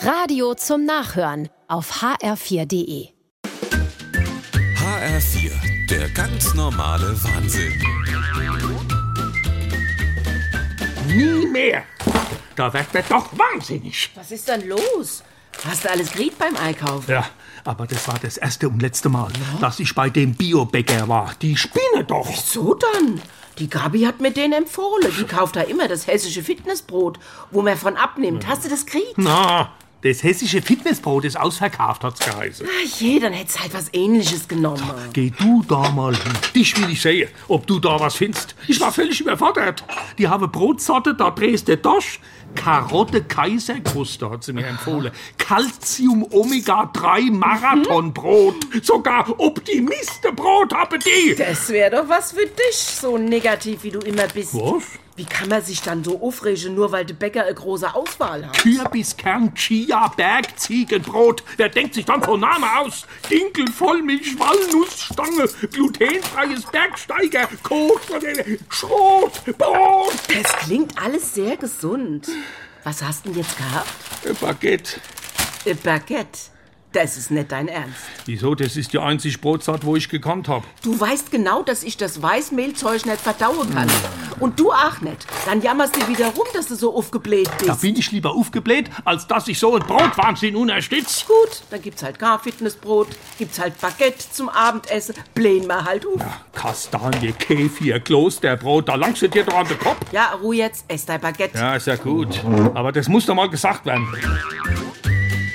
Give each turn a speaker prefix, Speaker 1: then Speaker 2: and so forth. Speaker 1: Radio zum Nachhören auf hr4.de.
Speaker 2: HR4, der ganz normale Wahnsinn.
Speaker 3: Nie mehr. Da wird man doch wahnsinnig.
Speaker 4: Was ist denn los? Hast du alles Gried beim Einkaufen?
Speaker 3: Ja, aber das war das erste und letzte Mal, dass ich bei dem Biobäcker war. Die spinne doch.
Speaker 4: So dann. Die Gabi hat mir den empfohlen. Die kauft da immer das hessische Fitnessbrot, wo man von abnimmt. Hast du das Gried?
Speaker 3: Na, das hessische Fitnessbrot ist ausverkauft, hat's geheißen.
Speaker 4: Ah je, dann hätt's halt was ähnliches genommen.
Speaker 3: Geh du da mal hin. Dich will ich sehen, ob du da was findest. Ich war völlig überfordert. Die haben Brotsorte, da drehst du durch. Karotte Kaiserkruste hat sie mir empfohlen. Calcium Omega 3 Marathonbrot. Sogar Optimistenbrot haben die.
Speaker 4: Das wäre doch was für dich, so negativ wie du immer bist.
Speaker 3: Was?
Speaker 4: Wie kann man sich dann so aufregen, nur weil der Bäcker eine große Auswahl hat?
Speaker 3: Kürbiskern, Chia, Bergziegenbrot. Wer denkt sich dann so Name aus? Dinkel, Vollmilch, Walnussstange, glutenfreies Bergsteiger, Kot, Schrot, Brot,
Speaker 4: Das klingt alles sehr gesund. Was hast denn jetzt gehabt?
Speaker 3: äh, Baguette.
Speaker 4: Ein Baguette. Das ist nicht dein Ernst.
Speaker 3: Wieso? Das ist die einzige Brotsart, wo ich gekannt habe.
Speaker 4: Du weißt genau, dass ich das Weißmehlzeug nicht verdauen kann.
Speaker 3: Hm.
Speaker 4: Und du auch nicht. Dann jammerst du wieder rum, dass du so aufgebläht
Speaker 3: Da
Speaker 4: bist.
Speaker 3: bin ich lieber aufgebläht, als dass ich so ein Brotwahnsinn unerstützt.
Speaker 4: Gut, dann gibt's halt gar Fitnessbrot, gibt's halt Baguette zum Abendessen, blähen wir halt auf. Ja,
Speaker 3: Kastanie, Käfir, Klosterbrot, da langst du dir doch an den Kopf.
Speaker 4: Ruhe jetzt, ess dein Baguette.
Speaker 3: Ja, ist ja gut. Aber das muss doch mal gesagt werden.